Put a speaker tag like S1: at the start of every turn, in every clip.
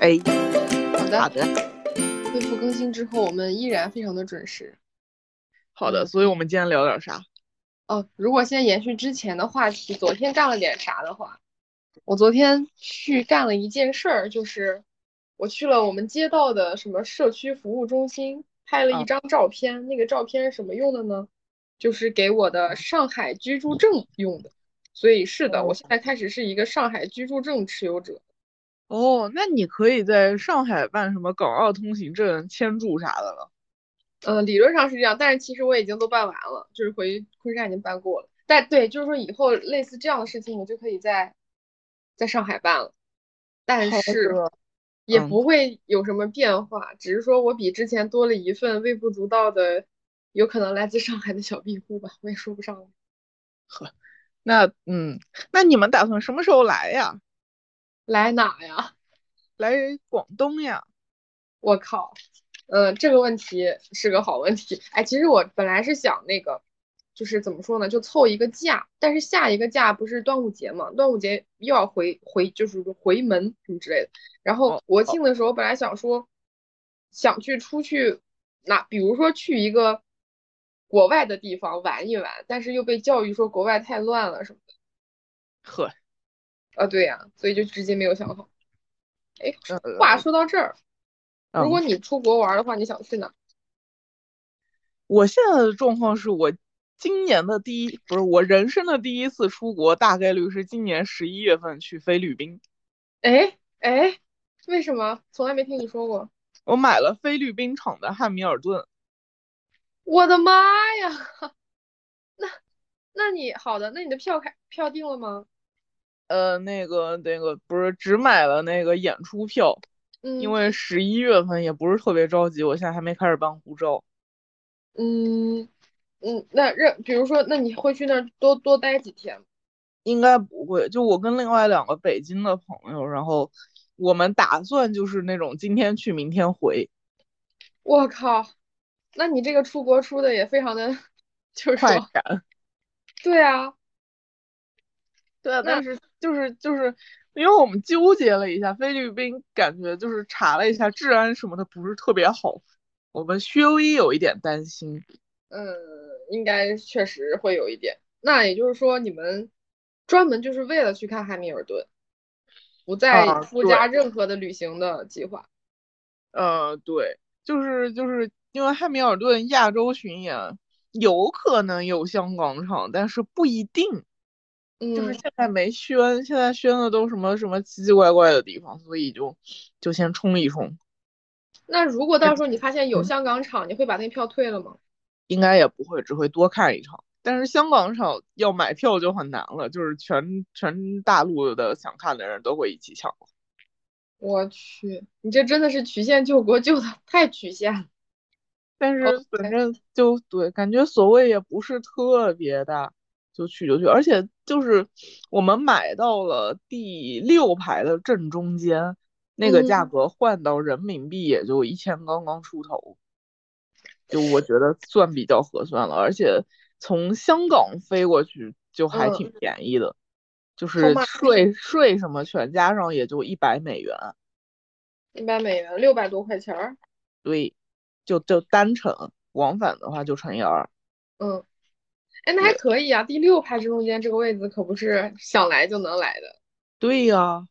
S1: A。
S2: 好
S1: 好
S3: 啊
S2: 的，
S1: 的，
S2: 恢复更新之后，我们依然非常的准时。
S3: 好的，所以我们今天聊点啥？
S2: 哦，如果先延续之前的话题，昨天干了点啥的话，我昨天去干了一件事儿，就是我去了我们街道的什么社区服务中心，拍了一
S3: 嗯
S2: 张照片。那个照片是什么用的呢？就是给我的上海居住证用的。所以是的，我现在开始是一个上海居住证持有者。
S3: 哦，那你可以在上海办什么港澳通行证、签注啥的了。
S2: 呃，理论上是这样，但是其实我已经都办完了，就是回昆山已经办过了。但对，就是说以后类似这样的事情，我就可以在在上海办了，但
S3: 好
S2: 是
S3: 的
S2: 也
S3: 嗯
S2: 不会有什么变化，只是说我比之前多了一份微不足道的，有可能来自上海的小庇护吧，我也说不上来。
S3: 那嗯，那你们打算什么时候来呀？
S2: 来哪呀？
S3: 来广东呀？
S2: 我靠，呃，这个问题是个好问题。哎，其实我本来是想那个，就是怎么说呢，就凑一个假。但是下一个假不是端午节嘛，端午节又要回回就是回门什么之类的。然后
S3: 哦
S2: 国庆的时候，本来想说想去出去那，比如说去一个国外的地方玩一玩，但是又被教育说国外太乱了什么的。
S3: 呵，
S2: 啊，对呀，所以就直接没有想好。哎，
S3: 呃
S2: 话说到这儿，
S3: 嗯
S2: 如果你出国玩的话，你想去哪？
S3: 我现在的状况是我今年的第一，不是我人生的第一次出国，大概率是今年十一月份去菲律宾。
S2: 哎哎，为什么从来没听你说过？
S3: 我买了菲律宾产的汉密尔顿，
S2: 我的妈呀！ 那那你好的，那你的票开票定了吗？
S3: 呃，那个那个不是只买了那个演出票，
S2: 嗯，
S3: 因为十一月份也不是特别着急，我现在还没开始办护照。
S2: 嗯嗯，那认比如说，那你会去那儿多多待几天？
S3: 应该不会。就我跟另外两个北京的朋友，然后我们打算就是那种今天去，明天回，
S2: 我靠，那你这个出国出的也非常的， 就是
S3: 快
S2: 说，
S3: 赶。
S2: 对啊，
S3: 对啊，
S2: 那
S3: 但是就是就是，因为我们纠结了一下，菲律宾感觉就是查了一下治安什么的不是特别好，我们稍微有一点担心。
S2: 嗯，应该确实会有一点。那也就是说，你们专门就是为了去看汉密尔顿，不再
S3: 啊
S2: 附
S3: 对
S2: 加任何的旅行的计划。
S3: 呃，对，就是就是因为汉密尔顿亚洲巡演有可能有香港场，但是不一定。就是
S2: 嗯。
S3: 现在没宣，现在宣的都什么什么奇奇怪怪的地方，所以就就先冲一冲，
S2: 那如果到时候你发现有
S3: 嗯
S2: 香港场，你会把那票退了吗？
S3: 应该也不会，只会多看一场。但是香港场要买票就很难了，就是全全大陆的想看的人都会一起抢。
S2: 我去，你这真的是曲线救国救的太曲线了。
S3: 但
S2: 哦
S3: 是反正就对，感觉所谓也不是特别大，就去就去，而且就是我们买到了第六排的正中间，那个价
S2: 嗯
S3: 格换到人民币也就一千刚刚出头，就我觉得算比较合算了，而且从香港飞过去就还
S2: 嗯
S3: 挺便宜的，就
S2: How
S3: 是
S2: much？
S3: 税税什么全加上也就一百美元，
S2: 一百美元，六百多块钱儿。
S3: 对，就就单程往返的话就乘以二。
S2: 嗯，哎，那还可以啊。第六排正中间这个位子可不是想来就能来的。
S3: 对呀、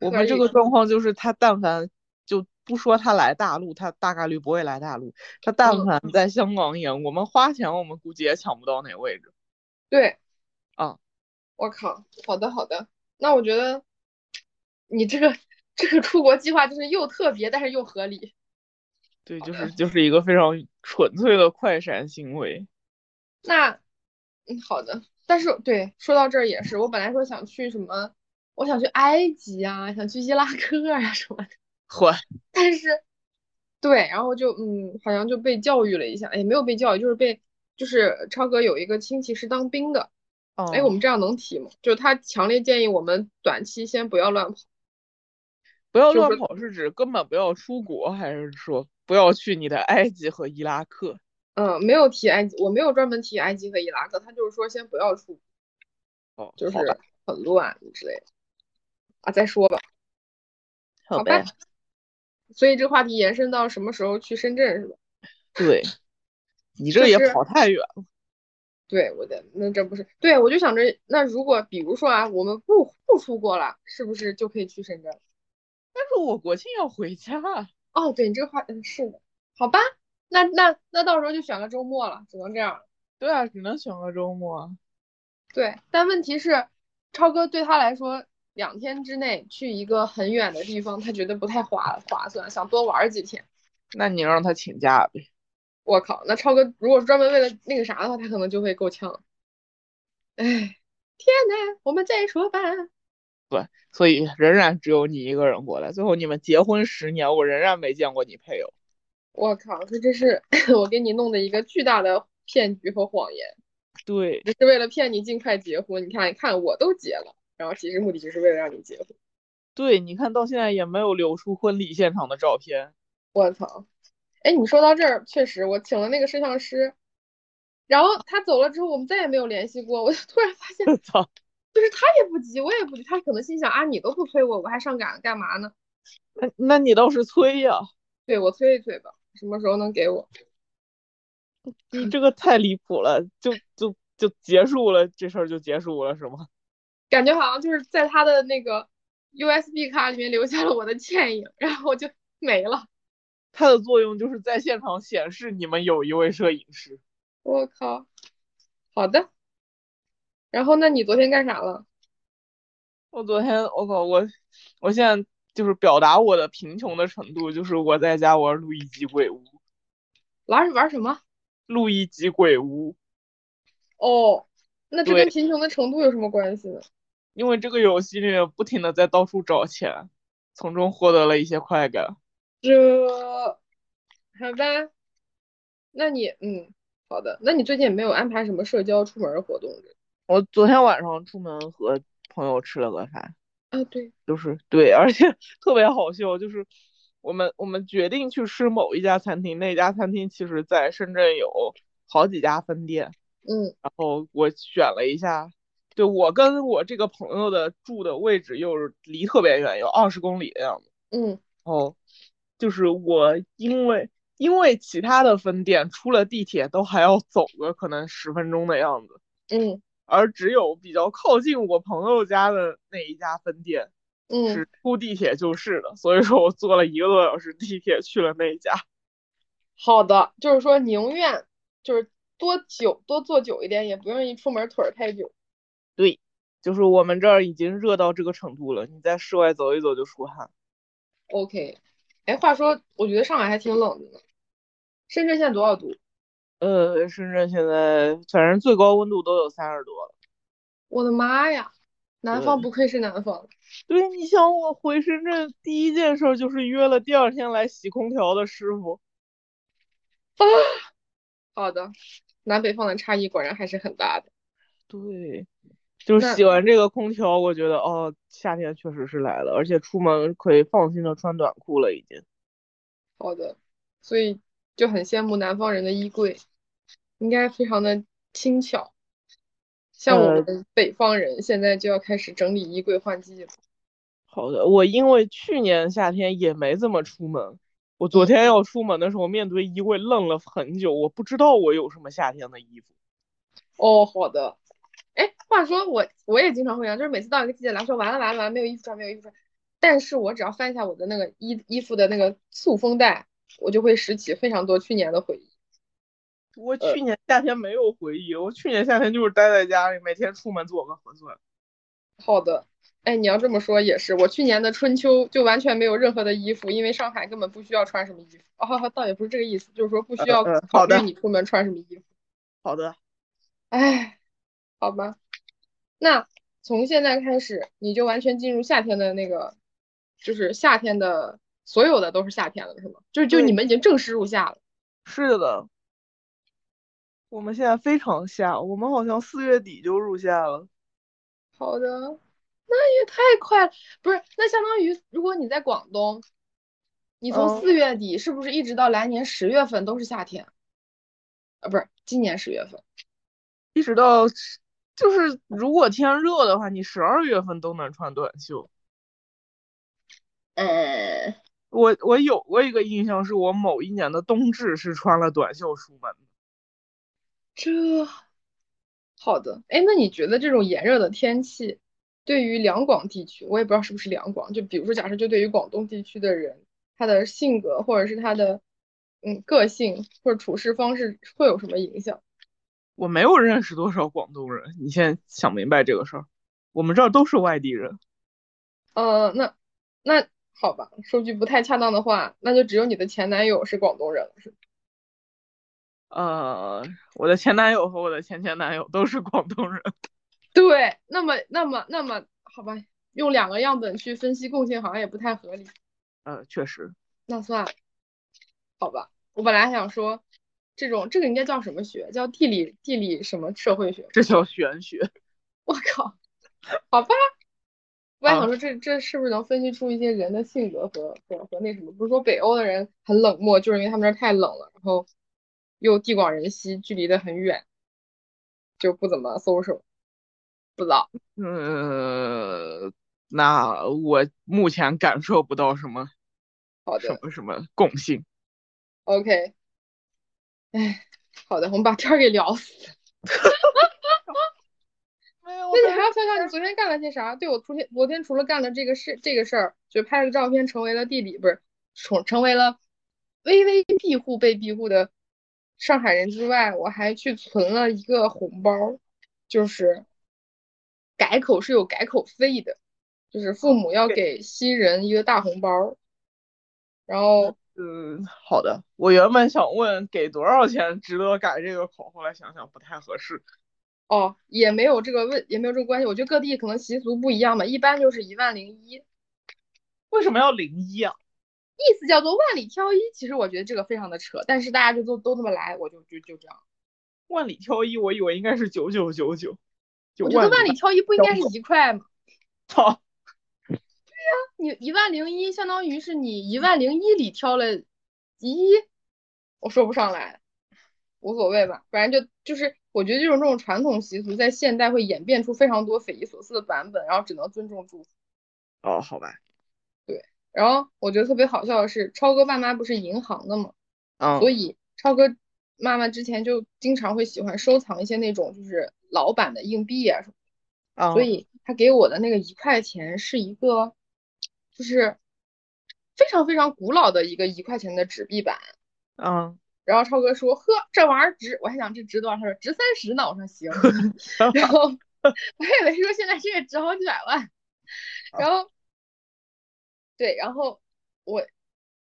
S3: 我
S2: 可
S3: 们这
S2: 以
S3: 个状况就是，他但凡就不说他来大陆，他大概率不会来大陆。他但
S2: 嗯
S3: 凡在香港演，我们花钱，我们估计也抢不到那位置。
S2: 对，
S3: 啊，
S2: 我靠，好的好的。那我觉得你这个这个出国计划就是又特别，但是又合理。
S3: 对，
S2: 好
S3: 就
S2: 的
S3: 是就是一个非常纯粹的快闪行为。
S2: 那，嗯，好的。但是对，说到这儿也是，我本来说想去什么，我想去埃及啊，想去伊拉克啊什么的。
S3: 呵，
S2: 但是，对，然后就嗯，好像就被教育了一下，哎，没有被教育，就是被就是超哥有一个亲戚是当兵的，哎，
S3: 哎
S2: 我们这样能提吗？就是他强烈建议我们短期先不要乱跑。
S3: 不要
S2: 就
S3: 乱
S2: 是
S3: 跑，是指根本不要出国，还是说不要去你的埃及和伊拉克？
S2: 嗯，没有提埃及，我没有专门提埃及和伊拉克，他就是说先不要出，
S3: 哦，
S2: 就是
S3: 好吧，
S2: 很乱之类的啊，再说吧。
S3: 好
S2: 好吧
S3: 呗，
S2: 所以这话题延伸到什么时候去深圳是吧？
S3: 对，你这也
S2: 就是
S3: 跑太远了。
S2: 对，我的那这不是，对我就想着，那如果比如说啊，我们不不出国了，是不是就可以去深圳？
S3: 但是我国庆要回家，啊
S2: 哦，对你这个话，嗯，是的，好吧，那那那到时候就选个周末了，只能这样了。
S3: 对啊，只能选个周末。
S2: 对，但问题是，超哥对他来说，两天之内去一个很远的地方，他觉得不太划划算，想多玩几天。
S3: 那你让他请假呗。
S2: 我靠，那超哥如果是专门为了那个啥的话，他可能就会够呛。哎，天呐，我们再说吧。
S3: 所以仍然只有你一个人过来。最后你们结婚十年，我仍然没见过你配偶。
S2: 我靠，这真是 我给你弄的一个巨大的骗局和谎言，
S3: 对，
S2: 只是为了骗你尽快结婚。你看，你看，我都结了，然后其实目的就是为了让你结婚。
S3: 对，你看到现在也没有流出婚礼现场的照片。
S2: 我操！哎，你说到这儿，确实，我请了那个摄像师，然后他走了之后，我们再也没有联系过。我就突然发现，
S3: 操，
S2: 就是他也不急，我也不急，他可能心想啊，你都不催我，我还上赶干嘛呢？
S3: 那那你倒是催呀、
S2: 对，我催一催吧，什么时候能给我？
S3: 你这个太离谱了，就就就结束了，这事儿就结束了是吗？
S2: 感觉好像就是在他的那个 USB 卡里面留下了我的倩影，然后我就 没了。
S3: 它的作用就是在现场显示你们有一位摄影师。
S2: 我靠！好的。然后，那你昨天干啥了？
S3: 我昨天，我靠，我我现在就是表达我的贫穷的程度，就是我在家玩《路易吉鬼屋》，《
S2: 玩玩什么？
S3: 路易吉鬼屋》，
S2: 哦，那这
S3: 对
S2: 跟贫穷的程度有什么关系呢？
S3: 因为这个游戏里面不停的在到处找钱，从中获得了一些快感。
S2: 这好吧，那你嗯，好的，那你最近也没有安排什么社交出门儿活动的
S3: 我昨天晚上出门和朋友吃了个饭，
S2: 啊？对，
S3: 就是对，而且 特别好笑，就是我们我们决定去吃某一家餐厅，那家餐厅其实在深圳有好几家分店。
S2: 嗯
S3: 然后我选了一下，对我跟我这个朋友的住的位置又是离特别远，有二十公里的样子。
S2: 嗯
S3: 然后就是我因为因为其他的分店出了地铁都还要走个可能十分钟的样子，
S2: 嗯
S3: 而只有比较靠近我朋友家的那一家分店
S2: 嗯，
S3: 是出地铁就是的，所以说我坐了一个多小时地铁去了那一家。
S2: 好的，就是说宁愿就是多久多坐久一点，也不愿意出门儿腿儿太久。
S3: 对，就是我们这儿已经热到这个程度了，你在室外走一走就出汗。
S2: OK，哎，话说，我觉得上海还挺冷的呢。深圳现在多少度？
S3: 呃，深圳现在反正最高温度都有三十多了。
S2: 我的妈呀，南方
S3: 对
S2: 不愧是南方。
S3: 对，你想我回深圳第一件事儿就是约了第二天来洗空调的师傅。
S2: 好的，南北方的差异果然还是很大的。
S3: 对，就是
S2: 那
S3: 洗完这个空调，我觉得哦，夏天确实是来了，而且出门可以放心的穿短裤了，已经。
S2: 好的，所以就很羡慕南方人的衣柜，应该非常的轻巧。像我
S3: 呃
S2: 们北方人现在就要开始整理衣柜换季了。
S3: 好的，我因为去年夏天也没怎么出门，我昨天要出门的时候，面对衣柜愣了很久，我不知道我有什么夏天的衣服。
S2: 哦，好的。哎，话说我我也经常会这样，啊就是每次到一个季节来说，完了完了完了，没有衣服穿，没有衣服穿。但是我只要翻一下我的那个衣衣服的那个塑封袋，我就会拾起非常多去年的回忆。
S3: 我
S2: 呃
S3: 去年夏天没有回忆，我去年夏天就是待在家里，每天出门做个核酸。
S2: 好的，哎，你要这么说也是，我去年的春秋就完全没有任何的衣服，因为上海根本不需要穿什么衣服。哦，倒也不是这个意思，就是说不需要
S3: 呃呃
S2: 考
S3: 好的
S2: 虑你出门穿什么衣服。
S3: 好的，
S2: 哎，好吧，那从现在开始，你就完全进入夏天的那个，就是夏天的所有的都是夏天了，是吗？就就
S3: 对
S2: 你们已经正式入夏了。
S3: 是的，我们现在非常夏，我们好像四月底就入夏了。
S2: 好的，那也太快了，不是？那相当于如果你在广东，你从
S3: 嗯
S2: 四月底是不是一直到来年十月份都是夏天？啊，不是，今年十月份。
S3: 一直到十就是如果天热的话，你十二月份都能穿短袖。
S2: 呃，
S3: 我我有过一个印象，是我某一年的冬至是穿了短袖出门的。
S2: 这好的，哎，那你觉得这种炎热的天气对于两广地区，我也不知道是不是两广，就比如说假设就对于广东地区的人，他的性格或者是他的嗯个性或者处事方式会有什么影响？
S3: 我没有认识多少广东人，你现在想明白这个事儿，我们这儿都是外地人。
S2: 呃，那那好吧，说句不太恰当的话，那就只有你的前男友是广东人了，是吗？
S3: 呃，我的前男友和我的前前男友都是广东人。
S2: 对，那么那么那么好吧，用两个样本去分析共性好像也不太合理。
S3: 呃，确实。
S2: 那算了，好吧，我本来想说，这种这个应该叫什么学？叫地理地理什么社会学？
S3: 这叫玄学。
S2: 我靠，好吧。我还想说这，这这是不是能分析出一些人的性格和和和那什么？不是说北欧的人很冷漠，就是因为他们那儿太冷了，然后又地广人稀，距离的很远，就不怎么 social。不知道，
S3: 呃，那我目前感受不到什么
S2: 好
S3: 什
S2: 的
S3: 么什么共性。
S2: ，OK。哎，好的，我们把天儿给聊死。
S3: 没有
S2: 那你还要想想你昨天干了些啥？对我昨天昨天除了干了这个事这个事儿，就拍了个照片，成为了地理不是成成为了微微庇护被庇护的上海人之外，我还去存了一个红包，就是改口是有改口费的，就是父母要给新人一个大红包，然后
S3: 嗯，好的。我原本想问给多少钱值得改这个口，后来想想不太合适。
S2: 哦也没有这个问也没有这个关系，我觉得各地可能习俗不一样吧，一般就是一万零一。
S3: 为什么要零一啊？
S2: 意思叫做万里挑一。其实我觉得这个非常的扯，但是大家就都都这么来，我就就就这样。
S3: 万里挑一，我以为应该是九九九九。就
S2: 我觉得万里
S3: 里
S2: 挑一不应该是一块 吗？
S3: 挑。
S2: 你一万零一相当于是你一万零一里挑了一，我说不上来，无所谓吧，反正就就是我觉得这种这种传统习俗在现代会演变出非常多匪夷所思的版本，然后只能尊重祝福。
S3: 哦，好吧。
S2: 然后我觉得特别好笑的是，超哥爸妈不是银行的吗？
S3: 嗯
S2: 所以超哥妈妈之前就经常会喜欢收藏一些那种就是老版的硬币啊什么的，
S3: 嗯
S2: 所以他给我的那个一块钱是一个，就是非常非常古老的一个一块钱的纸币版。
S3: 嗯，
S2: 然后超哥说：“呵，这玩意儿值。”我还想这值多少？他说值三十呢。我说 行。然后我还以为说现在这个值好几百万。然后，对，然后我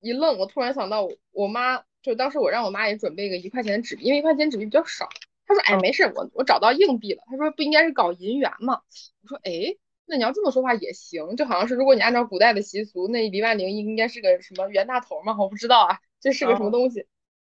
S2: 一愣，我突然想到我我妈，就当时我让我妈也准备一个一块钱的纸币，因为一块钱纸币比较少。她说：“哎，
S3: 嗯
S2: 没事，我我找到硬币了。”她说：“不应该是搞银元吗？”我说：“哎。”那你要这么说话也行，就好像是如果你按照古代的习俗，那一万零一应该是个什么袁大头嘛？我不知道啊，这是个什么
S3: 哦
S2: 东西。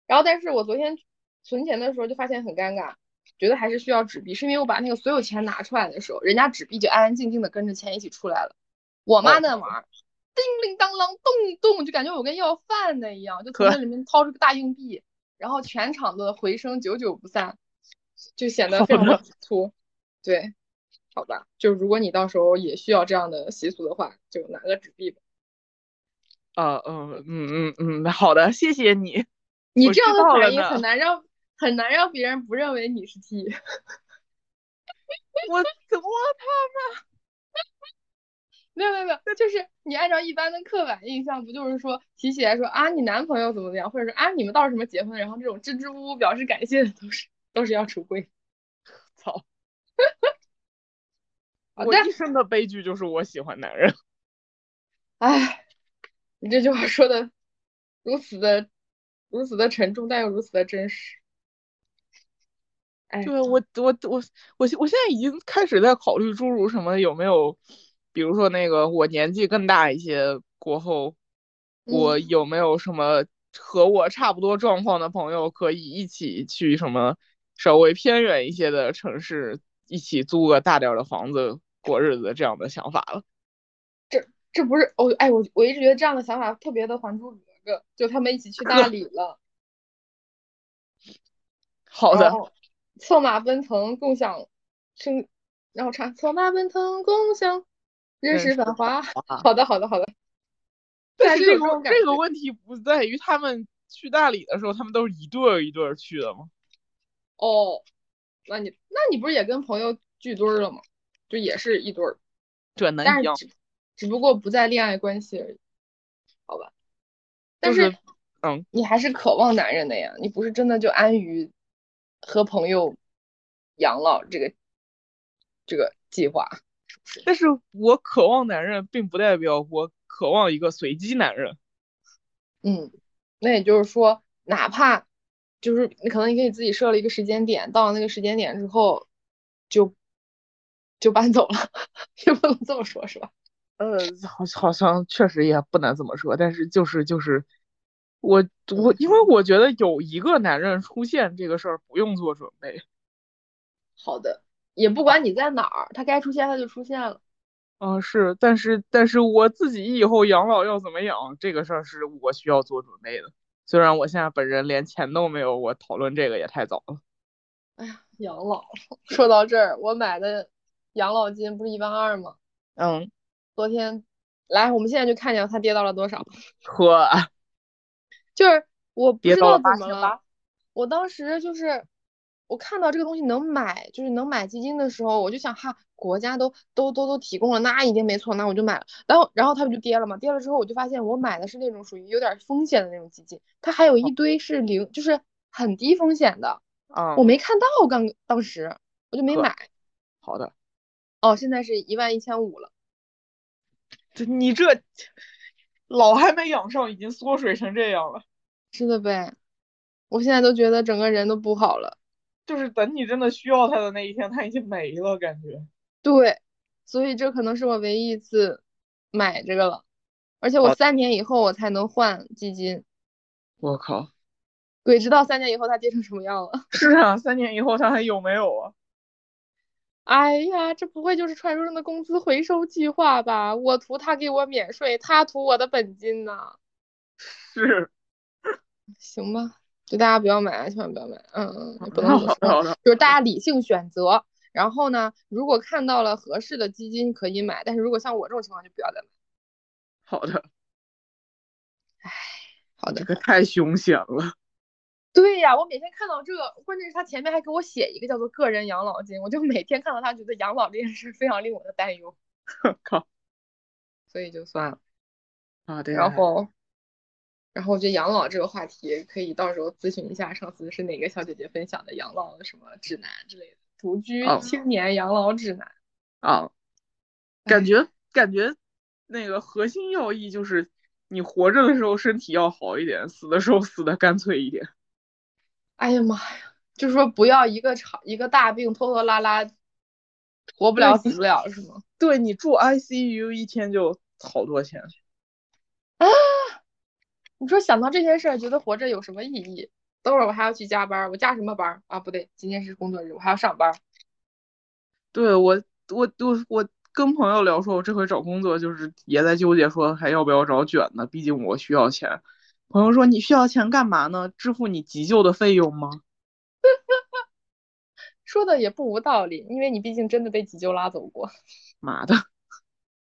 S2: 然后，但是我昨天存钱的时候就发现很尴尬，觉得还是需要纸币，是因为我把那个所有钱拿出来的时候，人家纸币就安安静静的跟着钱一起出来了。我妈
S3: 哦
S2: 那玩意儿，叮铃当啷，咚咚，就感觉我跟要饭的一样，就从
S3: 可
S2: 那里面掏出个大硬币，然后全场的回声久久不散，就显得
S3: 好
S2: 非常的
S3: 的
S2: 朴粗。对，好吧，就如果你到时候也需要这样的习俗的话，就拿个纸币吧。
S3: 呃嗯嗯嗯嗯，好的，谢谢你。
S2: 你
S3: 我
S2: 这样
S3: 知
S2: 的
S3: 道了
S2: 反应
S3: 呢
S2: 很难让很难让别人不认为你是 T。
S3: 我我
S2: 没有没有没有，就是你按照一般的刻板印象，不就是说提起来说啊，你男朋友怎么怎么样，或者说啊，你们到底什么结婚，然后这种支支吾吾表示感谢的，都是都是要出柜。
S3: 操！
S2: 好
S3: 我
S2: 的
S3: 一生的悲剧就是我喜欢男人。
S2: 唉，你这句话说的如此的如此的沉重，但又如此的真实。哎，
S3: 对我，我，我，我，现我现在已经开始在考虑诸如什么有没有，比如说那个我年纪更大一些过后，我
S2: 嗯
S3: 有没有什么和我差不多状况的朋友可以一起去什么稍微偏远一些的城市，一起租个大点儿的房子过日子这样的想法了。
S2: 这不是我、哎，我我一直觉得这样的想法特别的《还珠格格》，就他们一起去大理了，
S3: 好
S2: 然
S3: 的，
S2: 后哦策马奔腾，共享生，然后唱策马奔腾，共享日
S3: 认
S2: 式
S3: 识
S2: 繁华。
S3: 啊
S2: 好的，好的，好的。
S3: 但是这
S2: 种
S3: 个
S2: 感
S3: 这个
S2: 觉
S3: 问题不在于他们去大理的时候，他们都是一对儿一对儿去的吗？
S2: 哦，那你那你不是也跟朋友聚堆儿了吗？就也是一堆儿，
S3: 这能
S2: 但
S3: 一
S2: 是
S3: 样？
S2: 只只不过不在恋爱关系而已，好吧？但
S3: 就是是嗯，
S2: 你还是渴望男人的呀，你不是真的就安于和朋友养老这个这个计划。
S3: 但是我渴望男人，并不代表我渴望一个随机男人。
S2: 嗯，那也就是说，哪怕就是你可能你给你自己设了一个时间点，到了那个时间点之后，就就搬走了， 也不能这么说，是吧？
S3: 呃，好，好像确实也不能这么说，但是就是就是，我我因为我觉得有一个男人出现这个事儿不用做准备。
S2: 好的，也不管你在哪儿，他该出现他就出现了。
S3: 啊、是，但是但是我自己以后养老要怎么养这个事儿是我需要做准备的。虽然我现在本人连钱都没有，我讨论这个也太早了。
S2: 哎呀，养老。 说到这儿，我买的养老金不是一万二吗？
S3: 嗯，
S2: 昨天，来，我们现在就看见它跌到了多少。
S3: 呵，
S2: 就是我不
S3: 跌
S2: 知
S3: 到
S2: 道
S3: 了
S2: 怎么
S3: 88
S2: 了，我当时就是我看到这个东西能买，就是能买基金的时候，我就想哈，国家都都都都提供了，那一定没错，那我就买了。然后然后它不就跌了嘛？跌了之后，我就发现我买的是那种属于有点风险的那种基金，它还有
S3: 哦
S2: 一堆是零，就是很低风险的，
S3: 嗯，
S2: 我没看到，刚当时我就没
S3: 呵
S2: 买。
S3: 好的，
S2: 哦，现在是一万一千五了。
S3: 这你这老还没养上，已经缩水成这样了。
S2: 是的呗，我现在都觉得整个人都不好了。
S3: 就是等你真的需要它的那一天，它已经没了，感觉。
S2: 对，所以这可能是我唯一一次买这个了，而且我
S3: 好
S2: 三年以后我才能换基金，
S3: 我靠！
S2: 鬼知道三年以后它跌成什么样了。
S3: 是啊，三年以后它还有没有啊？
S2: 哎呀，这不会就是传说中的工资回收计划吧？我图他给我免税，他图我的本金呐。
S3: 是，
S2: 行吧，就大家不要买啊，千万不要买。嗯嗯，也不能这么
S3: 好 的
S2: 说，
S3: 好的，
S2: 就是大家理性选择。然后呢，如果看到了合适的基金可以买，但是如果像我这种情况就不要再买。
S3: 好的，
S2: 好的
S3: 这。个太凶险了。
S2: 对呀，我每天看到这个，关键是他前面还给我写一个叫做个人养老金，我就每天看到他，觉得养老这件事非常令我的担忧，
S3: 靠！
S2: 所以就算了。
S3: 好的呀，
S2: 然后，然后我觉得养老这个话题可以到时候咨询一下，上次是哪个小姐姐分享的养老什么指南之类的，独居
S3: 哦
S2: 青年养老指南。
S3: 啊，
S2: 哎
S3: 感觉感觉那个核心要义就是，你活着的时候身体要好一点，死的时候死的干脆一点。
S2: 哎呀妈呀，就说不要一个长一个大病拖拖拉拉，活不了死不了是吗？
S3: 对你住 ICU 一天就好多钱，
S2: 你说想到这些事儿，觉得活着有什么意义？等会儿我还要去加班儿，我加什么班儿啊？不对，今天是工作日，我还要上班儿。
S3: 对我我我我跟朋友聊说，我这回找工作就是也在纠结说还要不要找卷呢，毕竟我需要钱。朋友说你需要钱干嘛呢？支付你急救的费用吗？
S2: 说的也不无道理，因为你毕竟真的被急救拉走过，
S3: 妈的！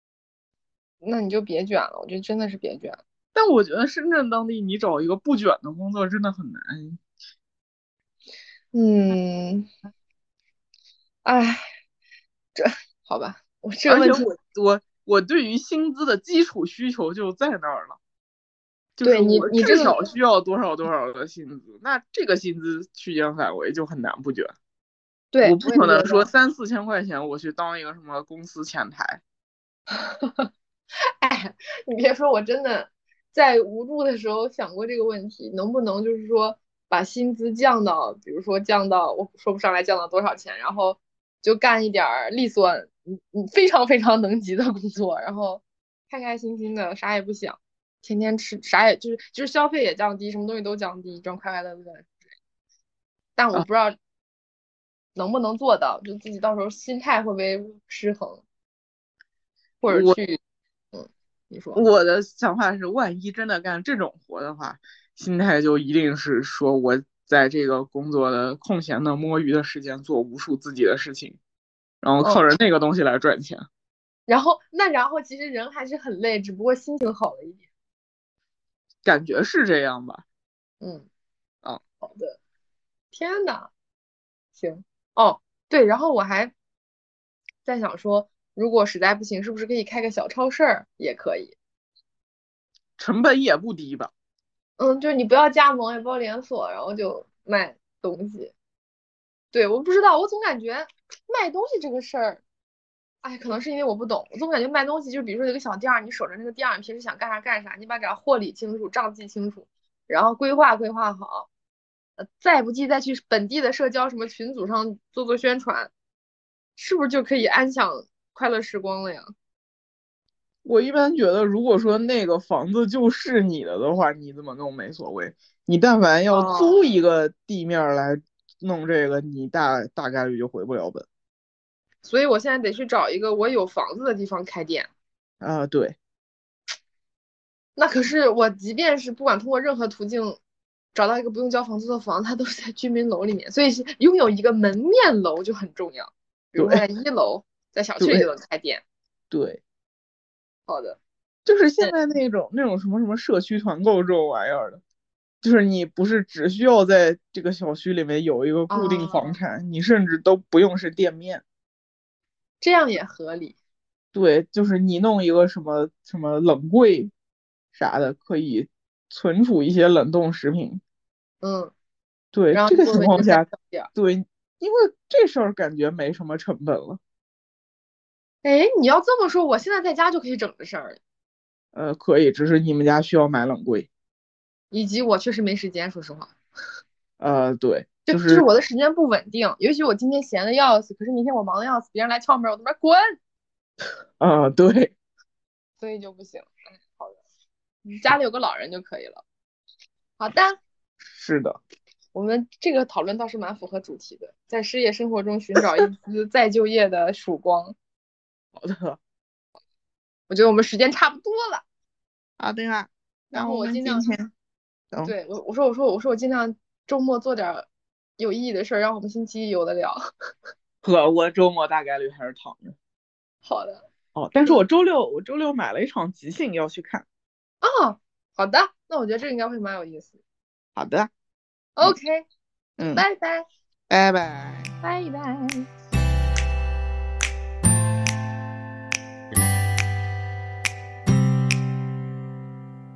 S2: 那你就别卷了。我觉得真的是别卷了。
S3: 但我觉得深圳当地你找一个不卷的工作真的很难。
S2: 嗯，哎，这好吧，我这个
S3: 而
S2: 问
S3: 且
S2: 题，
S3: 我我我对于薪资的基础需求就在那儿了，就是
S2: 对你
S3: 我
S2: 你这
S3: 至
S2: 个
S3: 少需要多少多少的薪资，那这个薪资区间范围就很难不卷。
S2: 对，
S3: 我不可能说
S2: 我也觉得
S3: 三四千块钱我去当一个什么公司前台，
S2: 哎，你别说，我真的在无助的时候想过这个问题，能不能就是说把薪资降到，比如说降到，我说不上来降到多少钱，然后就干一点儿力所嗯嗯非常非常能级的工作，然后开开心心的，啥也不想，天天吃，啥也就是就是消费也降低，什么东西都降低，这样快快乐乐之类的。但我
S3: 啊
S2: 不知道能不能做到，就自己到时候心态会不会失衡，或者
S3: 我
S2: 去，嗯，你说。
S3: 我的想法是，万一真的干这种活的话，心态就一定是说我在这个工作的空闲的摸鱼的时间做无数自己的事情，然
S2: 哦
S3: 后靠着那个东西来赚钱。
S2: 然后那然后其实人还是很累，只不过心情好了一点。
S3: 感觉是这样吧？
S2: 嗯，
S3: 哦，
S2: 好的。天呐，行哦，对，然后我还在想说，如果实在不行，是不是可以开个小超市儿也可以？
S3: 成本也不低吧？
S2: 嗯，就是你不要加盟，也不要连锁，然后就卖东西。对，我不知道，我总感觉卖东西这个事儿，哎，可能是因为我不懂，我总感觉卖东西就比如说有个小店儿，你守着那个店儿，你平时想干啥干啥，你把这货理清楚，账记清楚，然后规划规划好，呃，再不济再去本地的社交什么群组上做做宣传，是不是就可以安享快乐时光了呀？
S3: 我一般觉得，如果说那个房子就是你的的话，你怎么弄没所谓。你但凡
S2: 哦
S3: 要租一个地面儿来弄这个，你大大概率就回不了本。
S2: 所以我现在得去找一个我有房子的地方开店。
S3: 啊，对，
S2: 那可是我，即便是不管通过任何途径找到一个不用交房租的房，它都是在居民楼里面，所以是拥有一个门面楼就很重要。比如
S3: 对
S2: 在一楼，在小区里
S3: 对
S2: 就能开店。
S3: 对，
S2: 好的，
S3: 就是现在那种那种什么什么社区团购这种玩意儿的，就是你不是只需要在这个小区里面有一个固定
S2: 啊
S3: 房产，你甚至都不用是店面。
S2: 这样也合理。
S3: 对，就是你弄一个什么什么冷柜啥的，可以存储一些冷冻食品。
S2: 嗯，
S3: 对
S2: 然后
S3: 这个
S2: 作
S3: 情
S2: 为
S3: 况
S2: 一个
S3: 下，
S2: 小店儿，
S3: 对，因为这事儿感觉没什么成本了。
S2: 哎，你要这么说，我现在在家就可以整这事儿了，
S3: 呃，可以，只是你们家需要买冷柜。
S2: 以及我确实没时间，说实话，
S3: 呃，对，
S2: 就
S3: 就是
S2: 我的时间不稳定，也许我今天闲的要死，可是明天我忙的要死，别人来敲门，我他妈滚，
S3: 呃，对，
S2: 所以就不行。哎，好的，你家里有个老人就可以了。好的。
S3: 是的，
S2: 我们这个讨论倒是蛮符合主题的，在失业生活中寻找一丝再就业的曙光。
S3: 好的，
S2: 我觉得我们时间差不多了。
S3: 好的啊。
S2: 然
S3: 那
S2: 后
S3: 我
S2: 我
S3: 们
S2: 尽
S3: 今
S2: 量
S3: 天，嗯
S2: 对我我说我说我说我尽量周末做点儿有意义的事儿，让我们星期一有的聊。
S3: 呵， 我周末大概率还是躺着。
S2: 好的
S3: 哦，但是我周六我周六买了一场即兴要去看。
S2: 啊，好的，那我觉得这应该会蛮有意思的。
S3: 好的，嗯
S2: OK，
S3: 嗯，
S2: 拜拜
S3: 拜拜。
S2: 拜拜。